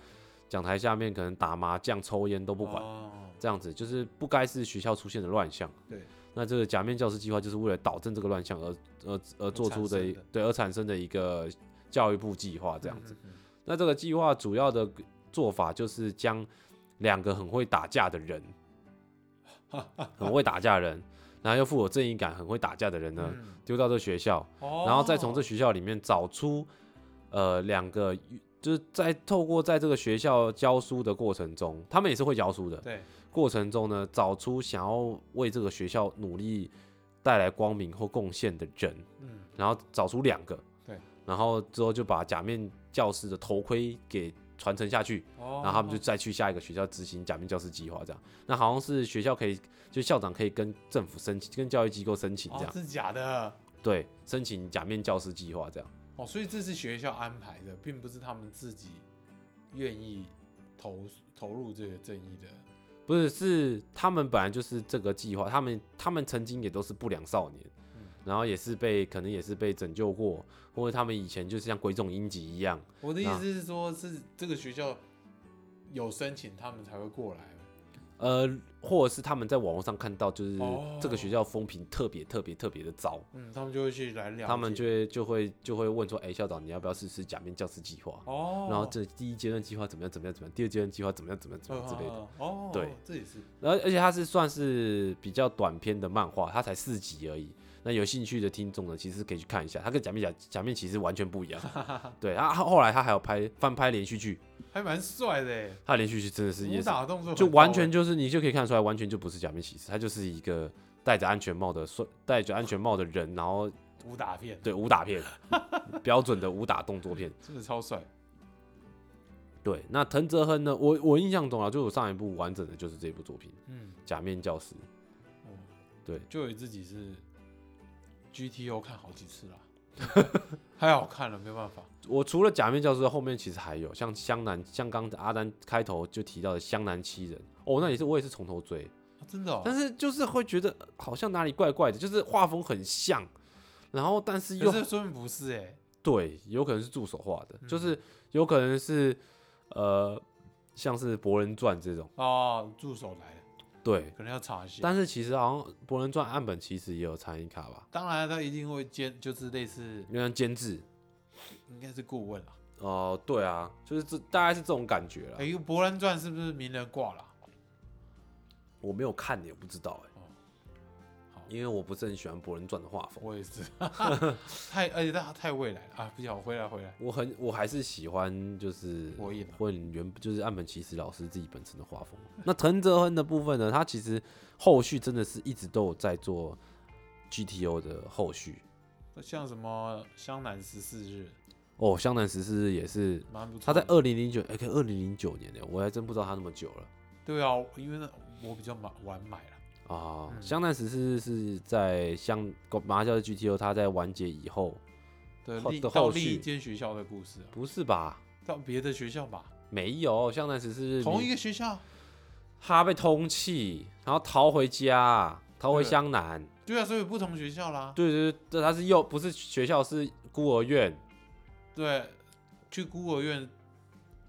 [SPEAKER 1] 讲台下面可能打麻将、抽烟都不管，
[SPEAKER 2] 哦
[SPEAKER 1] 这样子就是不该是学校出现的乱象。
[SPEAKER 2] 对，
[SPEAKER 1] 那这个假面教师计划就是为了导正这个乱象而而而做出的
[SPEAKER 2] 产生
[SPEAKER 1] 一
[SPEAKER 2] 的
[SPEAKER 1] 对而产生的一个教育部计划这样子。，
[SPEAKER 2] 嗯嗯嗯
[SPEAKER 1] 那这个计划主要的做法就是将两个很会打架的 人，很会打架的人，然后又富有正义感、很会打架的人呢，
[SPEAKER 2] 嗯
[SPEAKER 1] 丢到这学校，
[SPEAKER 2] 哦，
[SPEAKER 1] 然后再从这学校里面找出呃两个。就是在透过在这个学校教书的过程中，他们也是会教书的，
[SPEAKER 2] 对，
[SPEAKER 1] 过程中呢，找出想要为这个学校努力带来光明或贡献的人，
[SPEAKER 2] 嗯，
[SPEAKER 1] 然后找出两个，
[SPEAKER 2] 对，
[SPEAKER 1] 然后之后就把假面教师的头盔给传承下去，
[SPEAKER 2] 哦，
[SPEAKER 1] 然后他们就再去下一个学校执行假面教师计划，这样。那好像是学校可以，就校长可以跟政府申请，跟教育机构申请这
[SPEAKER 2] 哦
[SPEAKER 1] 样，
[SPEAKER 2] 是假的，
[SPEAKER 1] 对，申请假面教师计划这样。
[SPEAKER 2] 哦，所以这是学校安排的，并不是他们自己愿意投投入这个正义的。
[SPEAKER 1] 不是，是他们本来就是这个计划，他们他们曾经也都是不良少年，
[SPEAKER 2] 嗯
[SPEAKER 1] 然后也是被可能也是被拯救过，或者他们以前就是像鬼冢英吉一样，
[SPEAKER 2] 我的意
[SPEAKER 1] 那
[SPEAKER 2] 思是说，是这个学校有申请，他们才会过来。
[SPEAKER 1] 呃，或者是他们在网络上看到就是
[SPEAKER 2] 哦
[SPEAKER 1] 这个学校风评特别特别特别的糟，
[SPEAKER 2] 嗯，他们就会去来了解。
[SPEAKER 1] 他们就会就会就会问说，哎、校长你要不要试试假面教师计划？
[SPEAKER 2] 哦，
[SPEAKER 1] 然后这第一阶段计划怎么样怎么样怎么样，第二阶段计划怎么样怎么样怎么样之类的。
[SPEAKER 2] 的。哦，
[SPEAKER 1] 对，
[SPEAKER 2] 这也是。
[SPEAKER 1] 而而且它是算是比较短篇的漫画，它才四集而已。那有兴趣的听众呢，其实可以去看一下，它跟假面假假面骑士完全不一样。对，他后来他还有拍翻拍连续剧，
[SPEAKER 2] 还蛮帅的耶，
[SPEAKER 1] 他连续剧真的是也
[SPEAKER 2] 武
[SPEAKER 1] 是
[SPEAKER 2] 打动作
[SPEAKER 1] 就
[SPEAKER 2] 很
[SPEAKER 1] 完
[SPEAKER 2] 到
[SPEAKER 1] 全
[SPEAKER 2] 位
[SPEAKER 1] 就是你就可以看出来，完全就不是假面骑士，他就是一个戴着安全帽的帅戴着安全帽的人，然后
[SPEAKER 2] 欸武打片，
[SPEAKER 1] 对武打片，标准的武打动作片。
[SPEAKER 2] 真的超帅。
[SPEAKER 1] 对，那藤泽亨呢，我我印象中啊，就我上一部完整的就是这部作品
[SPEAKER 2] 嗯，
[SPEAKER 1] 《假面教师》。
[SPEAKER 2] 哦
[SPEAKER 1] 对
[SPEAKER 2] 就有自己是 GTO 看好几次啦， 太好看了，没办法。
[SPEAKER 1] 我除了假面教师，后面其实还有像湘南，像刚阿丹开头就提到的湘南七人，哦，那也是我也是从头追，
[SPEAKER 2] 啊真的、哦，
[SPEAKER 1] 但是就是会觉得呃好像哪里怪怪的，就是画风很像，然后但是又
[SPEAKER 2] 可是说明不是哎、
[SPEAKER 1] 对，有可能是助手画的，
[SPEAKER 2] 嗯
[SPEAKER 1] 就是有可能是呃像是《博人传》这种，
[SPEAKER 2] 哦，助手来了，
[SPEAKER 1] 对，
[SPEAKER 2] 可能要查一下。
[SPEAKER 1] 但是其实好像《博人传》岸本其实也有参与卡吧，
[SPEAKER 2] 当然，他一定会兼，就是类似
[SPEAKER 1] 因为监制，
[SPEAKER 2] 应该是顾问啦。
[SPEAKER 1] 哦、对啊，就是这大概是这种感觉了
[SPEAKER 2] 哎、。欸，《博人传》是不是名人挂了？
[SPEAKER 1] 我没有看，也不知道哎、
[SPEAKER 2] 哦好
[SPEAKER 1] 因为我不是很喜欢《博人传》的画风。
[SPEAKER 2] 我 也是，太而且他太未来了啊！不行，我回来回来，
[SPEAKER 1] 我很我还是喜欢就是
[SPEAKER 2] 我也
[SPEAKER 1] 混原就是岸本齐史老师自己本身的画风。那藤泽亨的部分呢，他其实后续真的是一直都有在做 GTO 的后续
[SPEAKER 2] 像什么湘南十四日，
[SPEAKER 1] 哦。湘南十四日也是
[SPEAKER 2] 蛮不错
[SPEAKER 1] 他
[SPEAKER 2] 的。
[SPEAKER 1] 在二零零九哎，可二零零九年呢，我还真不知道他那么久了
[SPEAKER 2] 对啊，因为那我比较晚晚买了。
[SPEAKER 1] 啊。
[SPEAKER 2] 嗯
[SPEAKER 1] 湘南十四日是在香马来西亚的 GTO，他在完结以后，
[SPEAKER 2] 对，
[SPEAKER 1] 后
[SPEAKER 2] 另
[SPEAKER 1] 的
[SPEAKER 2] 到
[SPEAKER 1] 后
[SPEAKER 2] 另一
[SPEAKER 1] 续
[SPEAKER 2] 间学校的故事、啊，
[SPEAKER 1] 不是吧？
[SPEAKER 2] 到别的学校吧，
[SPEAKER 1] 没有，湘南十四日
[SPEAKER 2] 同
[SPEAKER 1] 你
[SPEAKER 2] 一个学校。
[SPEAKER 1] 他被通气，然后逃回家，逃回
[SPEAKER 2] 对
[SPEAKER 1] 湘南。
[SPEAKER 2] 对啊，所以不同学校啦。
[SPEAKER 1] 对对对，这他是幼不是学校是孤儿院
[SPEAKER 2] 对，去孤儿院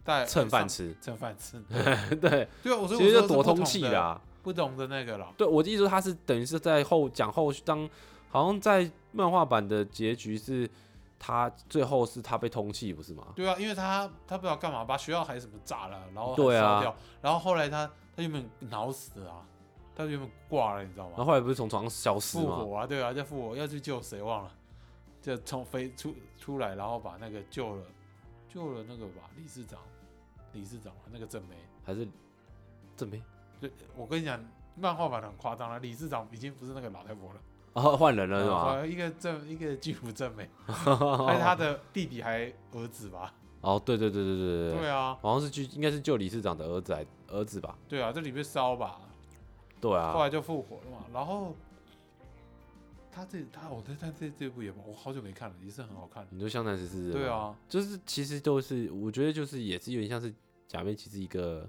[SPEAKER 2] 带
[SPEAKER 1] 蹭饭，吃，
[SPEAKER 2] 蹭饭吃。
[SPEAKER 1] 对，
[SPEAKER 2] 对啊，我说
[SPEAKER 1] 其实
[SPEAKER 2] 我
[SPEAKER 1] 就躲
[SPEAKER 2] 说是不
[SPEAKER 1] 通
[SPEAKER 2] 同
[SPEAKER 1] 气
[SPEAKER 2] 的，
[SPEAKER 1] 啦。
[SPEAKER 2] 不同的那个啦。
[SPEAKER 1] 对，我的意思说他是等于是在后讲后续当，好像在漫画版的结局是他最后是他被通气，不是吗？
[SPEAKER 2] 对啊，因为他他不知道干嘛，把学校还是什么炸了，然后还
[SPEAKER 1] 对啊
[SPEAKER 2] 烧掉，然后后来他他原本脑死了啊，他原本挂了，你知道
[SPEAKER 1] 然后
[SPEAKER 2] 吗？
[SPEAKER 1] 后来不是从床上消失
[SPEAKER 2] 复
[SPEAKER 1] 吗？
[SPEAKER 2] 活啊，对啊，在复活要去救谁忘了，就从飞出出来，然后把那个救了，救了那个吧，理事长，理事长啊那个正梅，
[SPEAKER 1] 还是这 没
[SPEAKER 2] 对，我跟你讲，漫画版的很夸张了，啊理事长已经不是那个老太婆了，
[SPEAKER 1] 啊换人了是吗？
[SPEAKER 2] 呃一个正一个巨乳正美， 还有
[SPEAKER 1] 他
[SPEAKER 2] 他的弟弟还儿子吧？
[SPEAKER 1] 哦，对对对对 对
[SPEAKER 2] 对
[SPEAKER 1] 对，
[SPEAKER 2] 啊，
[SPEAKER 1] 好像是去应该是救理事长的儿子还儿子吧？
[SPEAKER 2] 对啊，这里面烧吧，
[SPEAKER 1] 对
[SPEAKER 2] 后
[SPEAKER 1] 啊，
[SPEAKER 2] 来就复活了嘛。然后他这他我对他这这部也我好久没看了，也是很好看的。
[SPEAKER 1] 你说湘南十四日
[SPEAKER 2] 对
[SPEAKER 1] 吗
[SPEAKER 2] 啊，
[SPEAKER 1] 就是其实都是，我觉得就是也是有点像是假面骑士一个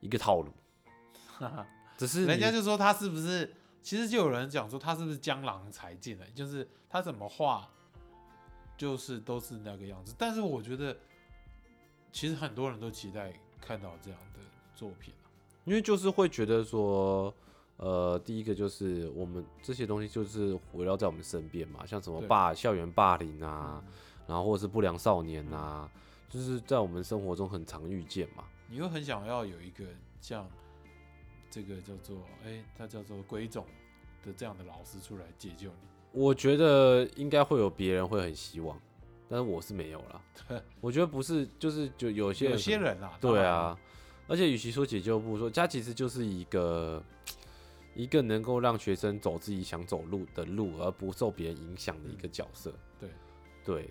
[SPEAKER 1] 一个套路，只是
[SPEAKER 2] 人
[SPEAKER 1] 你
[SPEAKER 2] 家就说他是不是？其实就有人讲说他是不是江郎才尽了，就是他怎么画，就是都是那个样子。但是我觉得，其实很多人都期待看到这样的作品啊、
[SPEAKER 1] 因为就是会觉得说，呃，第一个就是我们这些东西就是围绕在我们身边嘛，像什么
[SPEAKER 2] 对嗯
[SPEAKER 1] 霸校园霸凌啊，然后或者是不良少年啊，就是在我们生活中很常遇见嘛。
[SPEAKER 2] 你又很想要有一个像这个叫做哎，他叫做鬼冢的这样的老师出来解救你。
[SPEAKER 1] 我觉得应该会有别人会很希望，但是我是没有啦。我觉得不是，就是就有些
[SPEAKER 2] 有
[SPEAKER 1] 人可
[SPEAKER 2] 些
[SPEAKER 1] 能
[SPEAKER 2] 人啊，
[SPEAKER 1] 对啊，而且与其说解救部说它其实就是一个一个能够让学生走自己想走路的路，而不受别人影响的一个角色。
[SPEAKER 2] 对
[SPEAKER 1] 嗯对，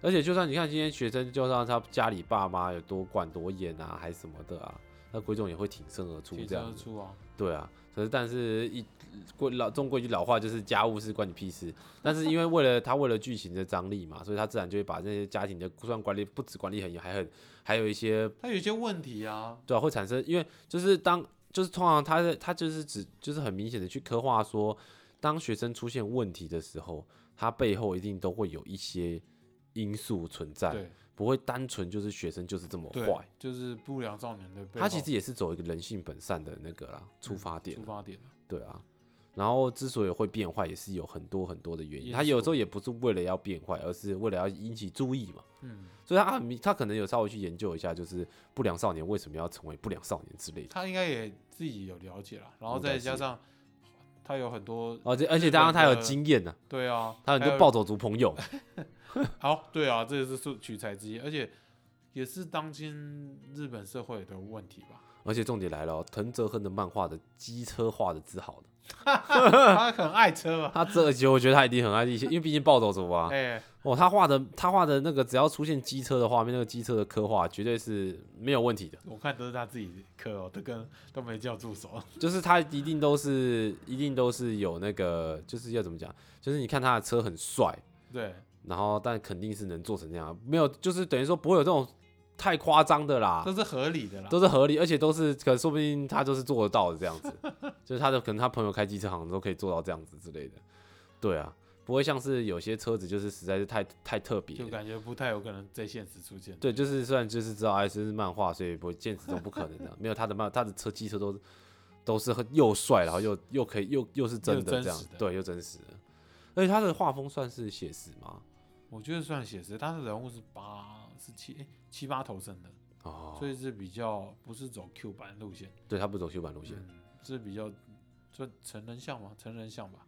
[SPEAKER 1] 而且就算你看今天学生，就算他家里爸妈有多管多严啊，还是什么的啊，那鬼总也会挺身而出
[SPEAKER 2] 当然，
[SPEAKER 1] 这样
[SPEAKER 2] 得
[SPEAKER 1] 子。
[SPEAKER 2] 出啊，
[SPEAKER 1] 对啊，可是但是一过老中国一句老话就是家务事关你屁事。 但是因为为了他为了剧情的张力嘛，所以他自然就会把那些家庭的算管理不止管理很严，还很还有一些
[SPEAKER 2] 他有一些问题啊，
[SPEAKER 1] 对啊，会产生，因为就是当就是通常他的他就是指就是很明显的去刻画说，当学生出现问题的时候，他背后一定都会有一些因素存在，
[SPEAKER 2] 对
[SPEAKER 1] 不会单纯就是学生就是这么
[SPEAKER 2] 对
[SPEAKER 1] 坏。，
[SPEAKER 2] 就是不良少年的背
[SPEAKER 1] 他
[SPEAKER 2] 后嗯
[SPEAKER 1] 其实也是走一个人性本善的那个啦出发点
[SPEAKER 2] 出，发点啊，
[SPEAKER 1] 对啊。然后之所以会变坏，也是有很多很多的原因。
[SPEAKER 2] 因
[SPEAKER 1] 他有
[SPEAKER 2] 素
[SPEAKER 1] 时候也不是为了要变坏，而是为了要引起注意嘛。
[SPEAKER 2] 嗯，
[SPEAKER 1] 所以他很明他可能有稍微去研究一下，就是不良少年为什么要成为不良少年之类的。
[SPEAKER 2] 他应该也自己有了解啦，然后
[SPEAKER 1] 应该
[SPEAKER 2] 再
[SPEAKER 1] 是
[SPEAKER 2] 加上他有很多
[SPEAKER 1] 而哦且而且
[SPEAKER 2] 日
[SPEAKER 1] 当然
[SPEAKER 2] 本
[SPEAKER 1] 他有
[SPEAKER 2] 的
[SPEAKER 1] 经验呢、
[SPEAKER 2] 对啊，
[SPEAKER 1] 他有很
[SPEAKER 2] 还
[SPEAKER 1] 多暴走族朋友，
[SPEAKER 2] 好，对啊，这个是取材之一，而且也是当今日本社会的问题 吧。
[SPEAKER 1] 而且重点来了哦，藤泽亨的漫画的机车画的之好的，
[SPEAKER 2] 他很爱车嘛，
[SPEAKER 1] 他这集我觉得他一定很爱一些，因为毕竟暴走族啊，
[SPEAKER 2] 哎、
[SPEAKER 1] 哦，他画的他画的那个只要出现机车的画面，那个机车的刻画绝对是没有问题的，
[SPEAKER 2] 我看都是他自己磕哦，都跟都没叫助手。
[SPEAKER 1] 就是他一定都是一定都是有那个，就是要怎么讲，就是你看他的车很帅，
[SPEAKER 2] 对，
[SPEAKER 1] 然后但肯定是能做成那样，没有就是等于说不会有这种太夸张的啦，
[SPEAKER 2] 这是合理的啦。
[SPEAKER 1] 啊都是合理，而且都是可能说不定他就是做得到的这 样子，就是他的可能他朋友开机车行都可以做到这样子之类的，对啊，不会像是有些车子就是实在是太太特别
[SPEAKER 2] 就
[SPEAKER 1] 了，
[SPEAKER 2] 感觉不太有可能在现实出现。
[SPEAKER 1] 对，就是虽然就是知道哎这是漫画，所以不会现实中不可能 的，没有他的漫他的车机车都是都是很又帅，然后又又可以又又是真
[SPEAKER 2] 又真
[SPEAKER 1] 的这样
[SPEAKER 2] 实的，
[SPEAKER 1] 对，又真实的，而且他的画风算是写实吗？
[SPEAKER 2] 我觉得算写实，他的人物是八是七、哎七八头身的，
[SPEAKER 1] 哦，
[SPEAKER 2] 所以是比较不是走 Q 版路线，
[SPEAKER 1] 对他不走修版路线，
[SPEAKER 2] 嗯，是比较算成人像嘛，成人像吧。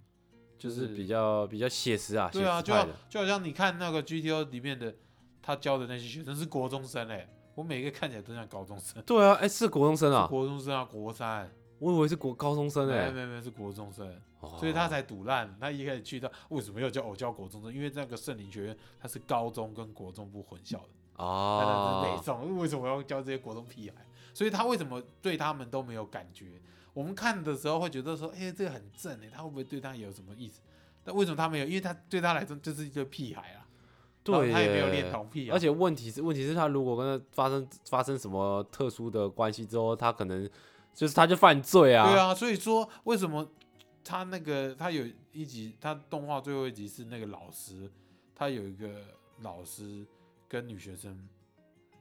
[SPEAKER 1] 就是比较比较写实啊，写
[SPEAKER 2] 对
[SPEAKER 1] 实
[SPEAKER 2] 啊，
[SPEAKER 1] 派
[SPEAKER 2] 就好
[SPEAKER 1] 的。
[SPEAKER 2] 就好像你看那个 GTO 里面的他教的那些学生是国中生哎、我每个看起来都像高中生，
[SPEAKER 1] 对啊，哎、是国中生
[SPEAKER 2] 是
[SPEAKER 1] 啊，
[SPEAKER 2] 国中生啊，国三，
[SPEAKER 1] 我以为是国高中生哎、
[SPEAKER 2] 没没没是国中生，
[SPEAKER 1] 哦
[SPEAKER 2] 所以他才赌烂。他一开始去到为什么要叫偶教国中生？因为那个圣灵学院它是高中跟国中部混校的，他那是
[SPEAKER 1] 哦
[SPEAKER 2] 北，宋，为什么要教这些国中屁孩？所以他为什么对他们都没有感觉？我们看的时候会觉得说，哎、这个很正哎、他会不会对他有什么意思？但为什么他没有？因为他对他来说就是一个屁孩啊，然后
[SPEAKER 1] 对，
[SPEAKER 2] 他也没有恋。童癖啊
[SPEAKER 1] 而。且问题是，问题是他如果跟他发生发生什么特殊的关系之后，他可能就是他就犯罪啊。
[SPEAKER 2] 对，啊，所以说为什么他那个他有一集，他动画最后一集是那个老师，他有一个老师跟女学生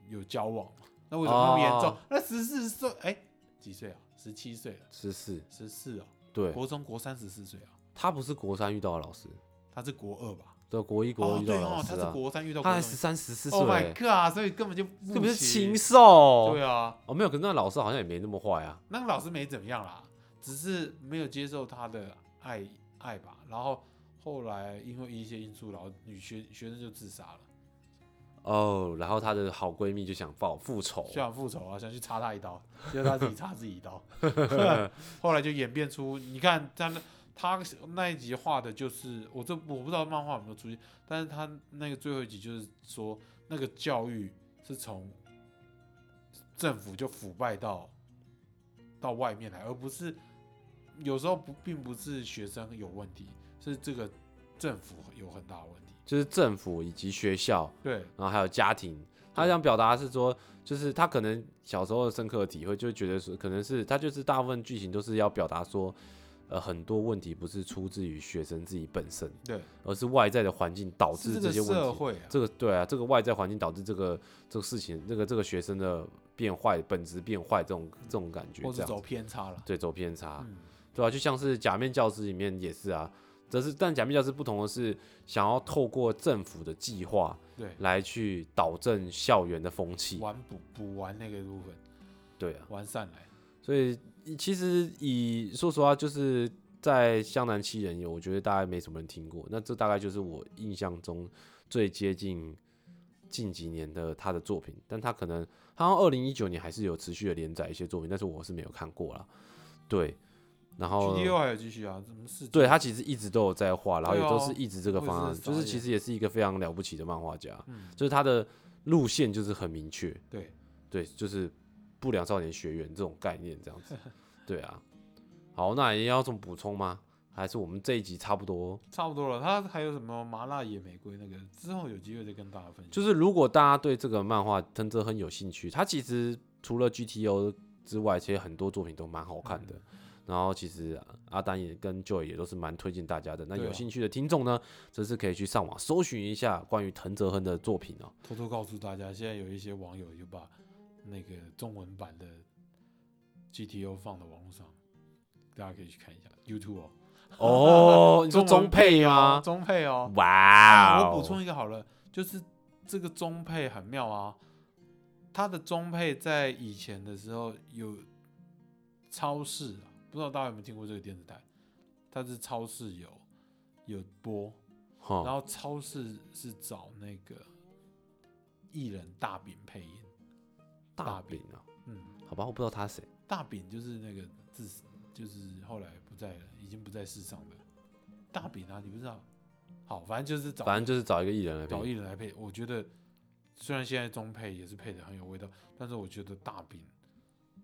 [SPEAKER 2] 有交往嘛？那为什么那么严重？
[SPEAKER 1] 哦
[SPEAKER 2] 那十四岁，哎、几岁啊？十七岁了，
[SPEAKER 1] 十四，
[SPEAKER 2] 十四哦，
[SPEAKER 1] 对，
[SPEAKER 2] 国中国三十四岁啊，
[SPEAKER 1] 他不是国三遇到的老师，
[SPEAKER 2] 他是国二吧？
[SPEAKER 1] 对，国一国
[SPEAKER 2] 哦
[SPEAKER 1] 二，遇到
[SPEAKER 2] 对
[SPEAKER 1] 的老
[SPEAKER 2] 哦，
[SPEAKER 1] 师
[SPEAKER 2] 他是
[SPEAKER 1] 啊，
[SPEAKER 2] 国三遇到国
[SPEAKER 1] 他才
[SPEAKER 2] 中
[SPEAKER 1] 十三十四岁
[SPEAKER 2] Oh
[SPEAKER 1] 欸，
[SPEAKER 2] my god！所以根本就
[SPEAKER 1] 这
[SPEAKER 2] 不
[SPEAKER 1] 不是
[SPEAKER 2] 行
[SPEAKER 1] 禽兽
[SPEAKER 2] 对啊，
[SPEAKER 1] 哦，没有，可是那老师好像也没那么坏啊。
[SPEAKER 2] 那个老师没怎么样啦，只是没有接受他的爱爱吧。然后后来因为一些因素，然后女学学生就自杀了，
[SPEAKER 1] 哦，然后她的好闺蜜就想报复仇
[SPEAKER 2] 就，想复仇啊，想去插他一刀，结果他自己插自己 一刀。后来就演变出，你看他那他那一集画的就是我这我不知道漫画有没有出现，但是他那个最后一集就是说那个教育是从政府就腐败到到外面来，而不是有时候不并不是学生有问题，是这个政府有很大的问题。
[SPEAKER 1] 就是政府以及学校
[SPEAKER 2] 对
[SPEAKER 1] 然后还有家庭。他想表达的是说，就是他可能小时候的深刻的体会，就会觉得是可能是他就是大部分剧情都是要表达说，呃，很多问题不是出自于学生自己本身，
[SPEAKER 2] 对，
[SPEAKER 1] 而是外在的环境导致
[SPEAKER 2] 是这
[SPEAKER 1] 这
[SPEAKER 2] 个
[SPEAKER 1] 些问
[SPEAKER 2] 社
[SPEAKER 1] 题。
[SPEAKER 2] 会啊，
[SPEAKER 1] 这个对啊，这个外在环境导致这个这个事情，这个这个学生的变坏，本质变坏这种这种感觉
[SPEAKER 2] 或，
[SPEAKER 1] 这
[SPEAKER 2] 是
[SPEAKER 1] 样
[SPEAKER 2] 走
[SPEAKER 1] 子
[SPEAKER 2] 偏差了。
[SPEAKER 1] 对走偏差。
[SPEAKER 2] 嗯，
[SPEAKER 1] 对啊，就像是假面教师里面也是啊，则是但假面教师不同的是，想要透过政府的计划
[SPEAKER 2] 对，
[SPEAKER 1] 来去导正校园的风气。
[SPEAKER 2] 玩补补完那个部分，
[SPEAKER 1] 对啊，
[SPEAKER 2] 完善来。
[SPEAKER 1] 所以其实以说实话，就是在湘南七人游，我觉得大概没什么人听过。那这大概就是我印象中最接近近几年的他的作品，但他可能他好像二零一九年还是有持续的连载一些作品，但是我是没有看过啦。对，然后
[SPEAKER 2] GTO 还有继续啊，什么事？
[SPEAKER 1] 哦对他其实一直都有在画，然后也
[SPEAKER 2] 对啊
[SPEAKER 1] 都是一直这个方
[SPEAKER 2] 我也
[SPEAKER 1] 案，
[SPEAKER 2] 是
[SPEAKER 1] 就是
[SPEAKER 2] 傻眼
[SPEAKER 1] 其实也是一个非常了不起的漫画家，
[SPEAKER 2] 嗯
[SPEAKER 1] 就是他的路线就是很明确，
[SPEAKER 2] 对，
[SPEAKER 1] 对，就是不良少年学员这种概念这样子，对啊，好，那也要做补充吗？还是我们这一集差不多？
[SPEAKER 2] 差不多了。他还有什么麻辣野玫瑰那个，之后有机会再跟大家分享。
[SPEAKER 1] 就是如果大家对这个漫画《藤泽亨》有兴趣，它其实除了 GTO 之外，其实很多作品都蛮好看
[SPEAKER 2] 嗯
[SPEAKER 1] 的。然后其实阿丹也跟 Joy 也都是蛮推荐大家的。那
[SPEAKER 2] 对啊
[SPEAKER 1] 有兴趣的听众呢，这是可以去上网搜寻一下关于藤泽亨的作品 哦。
[SPEAKER 2] 偷偷告诉大家，现在有一些网友就把那个中文版的 GTO 放到网络上，大家可以去看一下 YouTube 哦。
[SPEAKER 1] 哦，你说
[SPEAKER 2] 中
[SPEAKER 1] 中
[SPEAKER 2] 文
[SPEAKER 1] 配吗？
[SPEAKER 2] 中配哦。
[SPEAKER 1] 哇
[SPEAKER 2] 啊
[SPEAKER 1] 哦！
[SPEAKER 2] 我补充一个好了，就是这个中配很妙啊，它的中配在以前的时候有超市啊，不知道大家有没有听过这个电视台，它是超市有有播，然
[SPEAKER 1] 哦，
[SPEAKER 2] 后超市是找那个艺人大饼配音，
[SPEAKER 1] 大
[SPEAKER 2] 大
[SPEAKER 1] 饼啊，
[SPEAKER 2] 嗯，
[SPEAKER 1] 好吧，我不知道他谁。
[SPEAKER 2] 大饼就是那个自就是后来不在了，已经不在世上的大饼啊，你不知道？好，反正就是找
[SPEAKER 1] 反正就是找一个艺人来配
[SPEAKER 2] 找。艺人来配，我觉得虽然现在中配也是配的很有味道，但是我觉得大饼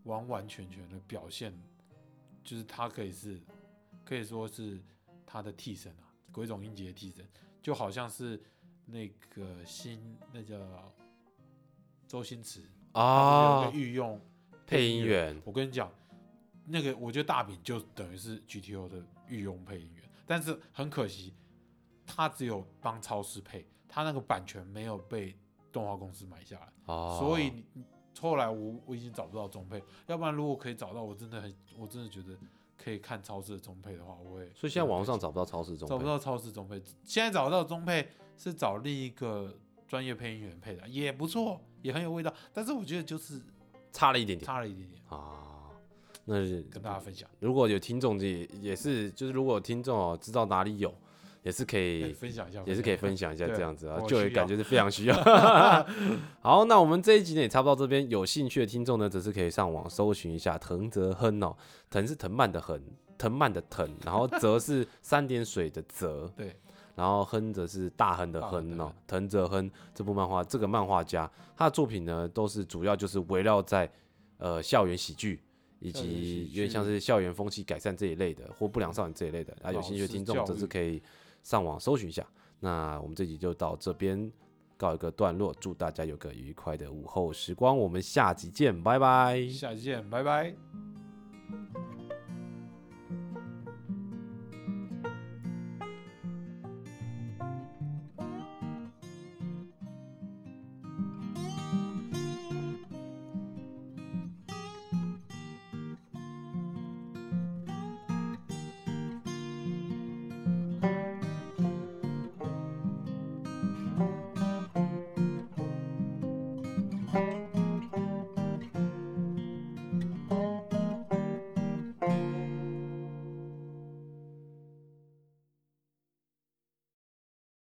[SPEAKER 2] 完完全全的表现，就是他可以是可以说是他的替身啊，鬼冢英杰的替身，就好像是那个新那叫周星驰他
[SPEAKER 1] 哦
[SPEAKER 2] 不是有一，个御用
[SPEAKER 1] 配音员
[SPEAKER 2] 我跟你讲，那个我觉得大饼就等于是 GTO 的御用配音员，但是很可惜，他只有帮超市配，他那个版权没有被动画公司买下来，
[SPEAKER 1] 哦，
[SPEAKER 2] 所以你你后来我我已经找不到中配，要不然如果可以找到，我真的很我真的觉得可以看超市的中配的话，我也
[SPEAKER 1] 所以现在网络上找不到超市中
[SPEAKER 2] 找不
[SPEAKER 1] 配。
[SPEAKER 2] 到超市中配，现在找到中配是找另一个专业配音员配的，也不错，也很有味道，但是我觉得就是
[SPEAKER 1] 差了一点点
[SPEAKER 2] 差了一点点，
[SPEAKER 1] 啊。那是
[SPEAKER 2] 跟大家分享。
[SPEAKER 1] 如果有听众也也是，就是如果有听众哦知道哪里有，也是可
[SPEAKER 2] 可以
[SPEAKER 1] 以，
[SPEAKER 2] 分享一下，
[SPEAKER 1] 也是可以分享一下
[SPEAKER 2] 对
[SPEAKER 1] 这样子啊，
[SPEAKER 2] 我
[SPEAKER 1] 就
[SPEAKER 2] 需
[SPEAKER 1] 也
[SPEAKER 2] 要
[SPEAKER 1] 感觉是非常需要。 好，那我们这一集呢也差不多到这边，有兴趣的听众呢，只是可以上网搜寻一下藤泽亨哦，藤是藤蔓的藤，藤蔓的藤，然后泽是三点水的泽，
[SPEAKER 2] 对，
[SPEAKER 1] 然后亨则是大亨的
[SPEAKER 2] 大亨的
[SPEAKER 1] 亨哦
[SPEAKER 2] 亨，
[SPEAKER 1] 藤泽亨这部漫画，这个漫画家他的作品呢，都是主要就是围绕在呃校园喜剧。以
[SPEAKER 2] 校园喜
[SPEAKER 1] 及有点像
[SPEAKER 2] 剧
[SPEAKER 1] 是校园风气改善这一类的，或不良少年这一类的，啊，有
[SPEAKER 2] 老
[SPEAKER 1] 兴趣的
[SPEAKER 2] 师
[SPEAKER 1] 听众
[SPEAKER 2] 教
[SPEAKER 1] 则是
[SPEAKER 2] 育
[SPEAKER 1] 可以上网搜寻一下。那我们这集就到这边告一个段落，祝大家有个愉快的午后时光，我们下集见，拜拜。
[SPEAKER 2] 下期见，拜拜。